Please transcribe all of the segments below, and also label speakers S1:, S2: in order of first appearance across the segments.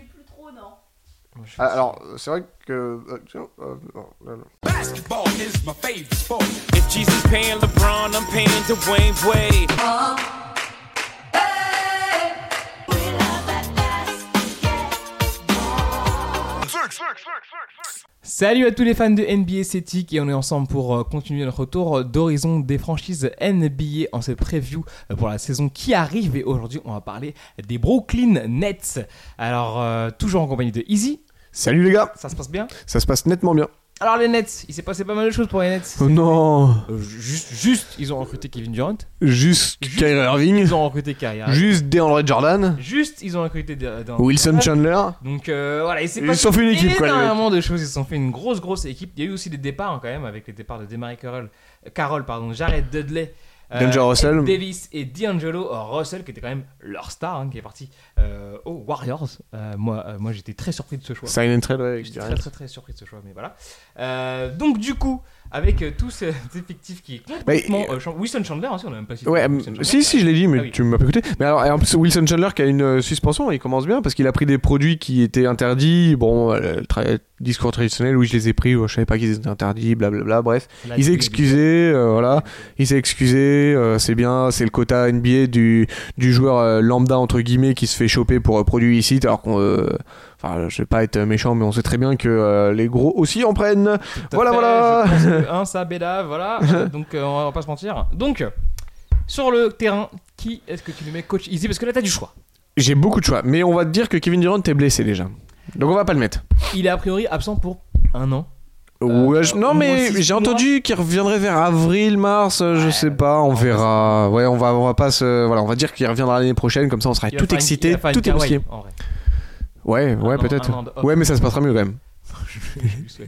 S1: surprenant.
S2: Moi, je fais
S3: Ah,
S2: ça.
S3: Alors, euh, c'est vrai que. euh, tiens, euh, non, là, non.
S4: Basketball is my favorite sport.
S5: If Jesus paying LeBron, I'm paying Dwayne Wade.
S2: Salut à tous les fans de NBA Cetic et on est ensemble pour euh, continuer notre tour d'horizon des franchises NBA en cette preview euh, pour la saison qui arrive et aujourd'hui on va parler des Brooklyn Nets. Alors euh, toujours en compagnie de Easy,
S3: Salut les gars,
S2: ça se passe bien
S3: ça se passe nettement bien.
S2: Alors les Nets, il s'est passé pas mal de choses pour les Nets.
S3: Oh non
S2: Euh, ju- juste, juste, ils ont recruté Kevin Durant,
S3: Juste
S2: Juste-
S3: Kyrie Irving,
S2: ils ont recruté Kyrie, Irving,
S3: juste DeAndre Jordan,
S2: juste ils ont recruté de- dans-
S3: Wilson Chandler.
S2: Donc euh, voilà, il s'est
S3: Ils
S2: passé
S3: se sont fait une équipe quoi, les mecs.
S2: énormément de choses, ils se sont fait une grosse grosse équipe. Il y a eu aussi des départs hein, quand même avec les départs de Demarie Carroll, Carroll pardon, Jared Dudley, euh,
S3: Danger Russell.
S2: Ed Davis et D'Angelo Russell qui était quand même leur star hein, qui est parti euh, aux Warriors. Euh, moi euh, moi j'étais très surpris de ce choix.
S3: Sign and trade, ouais, avec
S2: J'étais
S3: Durant.
S2: très très très surpris de ce choix, mais voilà. Euh, donc du coup, avec euh, tous ces effectifs qui est complètement... euh, Chan- Winston Chandler aussi, on n'a même pas cité.
S3: Ouais,
S2: Winston
S3: euh,
S2: Chandler.
S3: si, si, je l'ai dit, mais
S2: Ah oui.
S3: tu m'as pas écouté. Mais alors, et en plus, Wilson Chandler qui a une euh, suspension, il commence bien parce qu'il a pris des produits qui étaient interdits. Bon, euh, le tra- discours traditionnel, oui, je les ai pris, ouais, je savais pas qu'ils étaient interdits, blablabla, bref.
S2: Là,
S3: Il
S2: tu-
S3: s'est excusé, euh, voilà. Il s'est excusé, euh, c'est bien, c'est le quota NBA du, du joueur euh, lambda, entre guillemets, qui se fait choper pour euh, produit ici, alors qu'on. euh, Enfin, je vais pas être méchant, mais on sait très bien que euh, les gros aussi en prennent.
S2: Tout à
S3: Voilà, voilà.
S2: je pense que, hein, ça, Béda, voilà. Euh, donc, euh, on va pas se mentir. Donc, sur le terrain, qui est-ce que tu lui mets coach Easy Parce que là, t'as du choix.
S3: J'ai beaucoup de choix, mais on va te dire que Kevin Durant est blessé déjà. Donc on va pas le mettre.
S2: Il est a priori absent pour un an. Euh,
S3: Ouais, je-
S2: euh,
S3: non,
S2: au moins
S3: mais
S2: six
S3: j'ai
S2: mois.
S3: entendu qu'il reviendrait vers avril, mars, euh, je
S2: Ouais,
S3: sais pas, on verra. Ouais, on va, on va pas se. Voilà, on va dire qu'il reviendra l'année prochaine, comme ça on sera
S2: Il va
S3: Ah, tout
S2: faire une- il
S3: excité,
S2: va faire une
S3: tout est
S2: Kawhi, Ah
S3: possible.
S2: en vrai.
S3: Ouais, ouais,
S2: an-
S3: peut-être.
S2: un an de off.
S3: Ouais, mais ça se passera mieux quand même.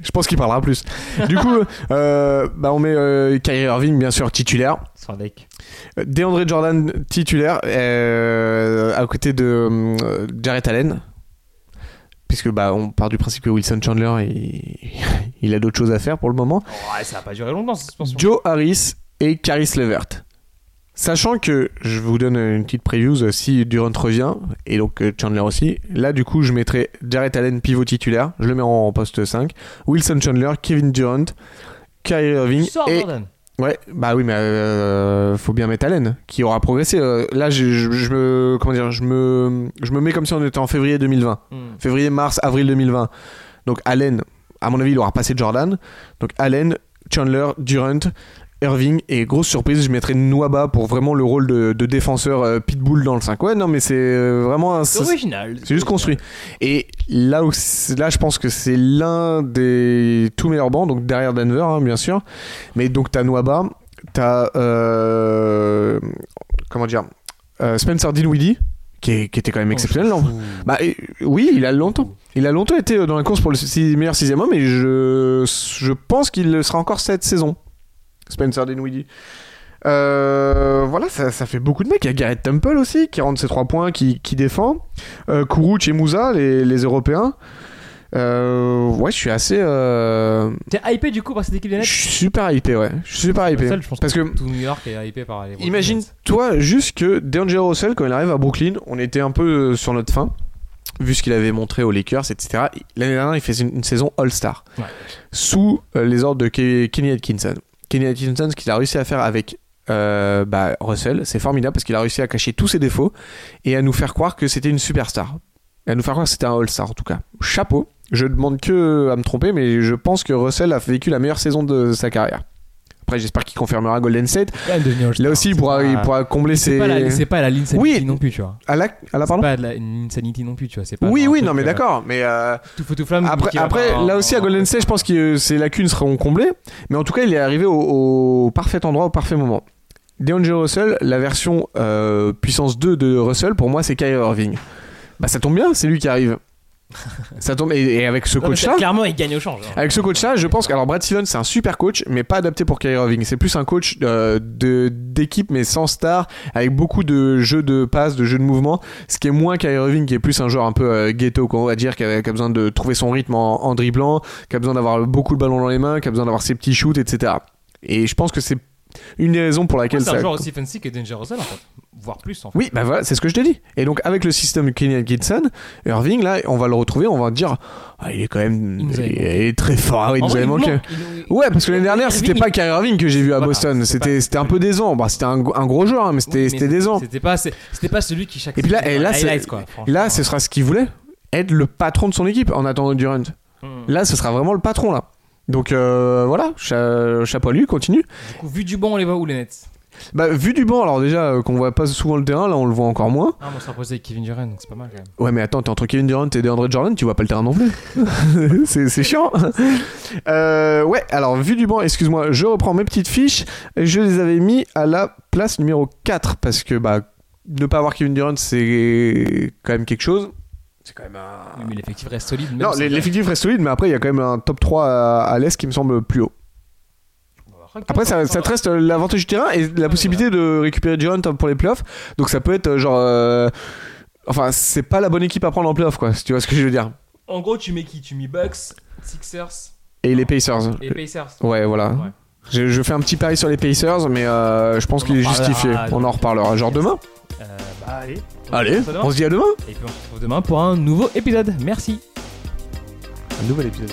S3: Je pense qu'il parlera plus. Du coup, euh, bah, on met euh, Kyrie Irving, bien sûr, titulaire.
S2: Sans deck.
S3: Euh, DeAndre Jordan, titulaire, euh, à côté de euh, Jarrett Allen. Puisque bah, on part du principe que Wilson Chandler, il, il a d'autres choses à faire pour le moment.
S2: Ouais, ça va pas durer longtemps, cette suspension.
S3: Joe Harris et Caris Levert. Sachant que je vous donne une petite preview euh, si Durant revient et donc euh, Chandler aussi. Là, du coup, je mettrai Jarrett Allen pivot titulaire. Je le mets en- en poste 5. Wilson Chandler, Kevin Durant, Kyrie Irving
S2: Sors, hein.
S3: et
S2: Jordan.
S3: ouais bah oui mais euh, faut bien mettre Allen qui aura progressé. Euh, là, je, je- je me comment dire, je me je me mets comme si on était en février 2020
S2: Hmm.
S3: février, mars, avril 2020. Donc Allen, à mon avis, il aura passé Jordan. Donc Allen, Chandler, Durant, Irving. Et grosse surprise, je mettrai Nwaba pour vraiment le rôle de, de défenseur euh, pitbull dans le 5. Ouais, non, mais c'est euh, vraiment un.
S2: C'est original.
S3: C'est juste construit. Et là, où, c'est- là, je pense que c'est l'un des tout meilleurs bancs, donc derrière Denver, hein, bien sûr. Mais donc, t'as Noaba, t'as. euh, comment dire euh, Spencer Dinwiddie, qui, est- qui était quand même exceptionnel. non bah, et- oui, il a longtemps. Il a longtemps été euh, dans la course pour le six- meilleur sixième homme, et je, je pense qu'il le sera encore cette saison. Spencer Dinwiddie. Euh, voilà, ça, ça fait beaucoup de mecs. Il y a Garrett Temple aussi qui rentre ses trois points, qui, qui défend. Euh, Kourouch et Moussa, les, les Européens. Euh, ouais, je suis assez. euh,
S2: T'es hypé du coup par cette équipe des
S3: Je
S2: Nets
S3: suis super hypé, ouais. Je suis super hypé.
S2: Seul, je pense
S3: Parce que
S2: Tout New York est hypé par les.
S3: Imagine-toi juste que D'Angelo Russell, quand il arrive à Brooklyn, on était un peu euh, sur notre fin, vu ce qu'il avait montré aux Lakers, etc. L'année dernière, il faisait une, une saison All-Star,
S2: Ouais.
S3: sous euh, les ordres de Ke- Kenny Atkinson. Kenny Atkinson, ce qu'il a réussi à faire avec euh, bah, Russell, c'est formidable parce qu'il a réussi à cacher tous ses défauts et à nous faire croire que c'était une superstar. Et à nous faire croire que c'était un All-Star, en tout cas. Chapeau. Je demande que euh, à me tromper, mais je pense que Russell a vécu la meilleure saison de sa carrière. Après, j'espère qu'il confirmera Golden State. Là aussi, il pourra, il pourra combler ses.
S2: C'est pas la- c'est pas la ligne
S3: Oui.
S2: non plus, tu vois.
S3: À la, à la
S2: C'est
S3: pardon
S2: pas de la- une insanity non plus, tu vois. C'est pas
S3: Oui,
S2: un
S3: oui,
S2: truc,
S3: non, mais
S2: euh,
S3: d'accord. Mais euh,
S2: Tout feu, tout flamme. qui
S3: après,
S2: va
S3: après
S2: faire un-
S3: là aussi, à
S2: un-
S3: Golden State, je pense que euh, ses lacunes seront comblées. Mais en tout cas, il est arrivé au, au parfait endroit, au parfait moment. DeAndre Russell, la version euh, puissance 2 de Russell, pour moi, c'est Kyrie Irving. Bah, ça tombe bien, c'est lui qui arrive. ça tombe, et, et avec ce
S2: Non, mais
S3: coach-là.
S2: Clairement, il gagne au change. hein.
S3: Avec ce coach-là, je pense que alors Brad Stevens, c'est un super coach, mais pas adapté pour Kyrie Irving. C'est plus un coach euh, de d'équipe, mais sans star, avec beaucoup de jeux de passes, de jeux de mouvement. Ce qui est moins Kyrie Irving, qui est plus un joueur un peu euh, ghetto, qu'on va dire, qui a, qui a besoin de trouver son rythme en, en dribblant, qui a besoin d'avoir beaucoup le ballon dans les mains, qui a besoin d'avoir ses petits shoots, etc. Et je pense que c'est Une des raisons pour laquelle
S2: C'est un
S3: ça.
S2: joueur aussi fancy que Dangerous Zone, en fait. Voire plus, en fait.
S3: Oui, bah voilà, c'est ce que je te dis. Et donc avec le système Kenyan Gibson, Irving, là, on va le retrouver, on va dire, ah, il est quand même
S2: Il nous avait
S3: il est très fort, ah oui, il
S2: En
S3: nous
S2: vrai,
S3: avait
S2: il
S3: manqué.
S2: manque, il-
S3: Ouais, parce que l'année dernière, c'était
S2: Irving,
S3: pas Kyrie Irving que j'ai vu à
S2: Voilà,
S3: Boston.
S2: c'est
S3: C'était
S2: pas-
S3: c'était un peu décevant. Bah, c'était un, gros- un gros joueur, hein, mais c'était
S2: Oui, mais
S3: c'était décevant.
S2: C'était pas, c'est- c'était pas celui qui chaque
S3: Et puis là,
S2: semaine
S3: et là,
S2: fait un
S3: c'est-
S2: highlights, quoi, franchement.
S3: Là, ce sera ce qu'il voulait, être le patron de son équipe en attendant Durant.
S2: Mm.
S3: Là, ce sera vraiment le patron là. Donc euh, voilà, cha- chapeau à lui, continue.
S2: Du coup, vu du bon, on les voit où les Nets
S3: Bah, vu du banc, alors déjà euh, qu'on voit pas souvent le terrain, là on le voit encore moins.
S2: Ah, mais on s'est reposé avec Kevin Durant, donc c'est pas mal quand même.
S3: Ouais, mais attends, t'es entre Kevin Durant et DeAndre Jordan, tu vois pas le terrain non plus. c'est, c'est chiant. Euh, ouais, alors, vu du banc, excuse-moi, je reprends mes petites fiches. Je les avais mis à la place numéro 4 parce que, bah, ne pas avoir Kevin Durant, c'est quand même quelque chose. C'est quand même un.
S2: Oui, mais l'effectif reste solide. même
S3: Non,
S2: si-
S3: les- l'effectif reste solide, mais après, il y a quand même un top 3 à, à l'Est qui me semble plus haut. Après, ça, ça te reste euh, l'avantage du terrain et la possibilité de récupérer Durant pour les playoffs. Donc, ça peut être euh, genre. euh, Enfin, c'est pas la bonne équipe à prendre en playoff, quoi, si tu vois ce que je veux dire.
S2: En gros, tu mets qui Tu mets Bucks, Sixers
S3: Et les Pacers.
S2: et Pacers.
S3: Ouais, voilà.
S2: Ouais.
S3: Je, je fais un petit pari sur les Pacers, mais euh, je pense
S2: On
S3: qu'il
S2: en
S3: est
S2: reparlera,
S3: justifié.
S2: euh,
S3: On en reparlera. Genre demain
S2: Euh, bah, allez.
S3: Allez,
S2: se
S3: on se dit à demain
S2: Et puis on se retrouve demain pour un nouveau épisode. Merci.
S3: Un nouvel épisode.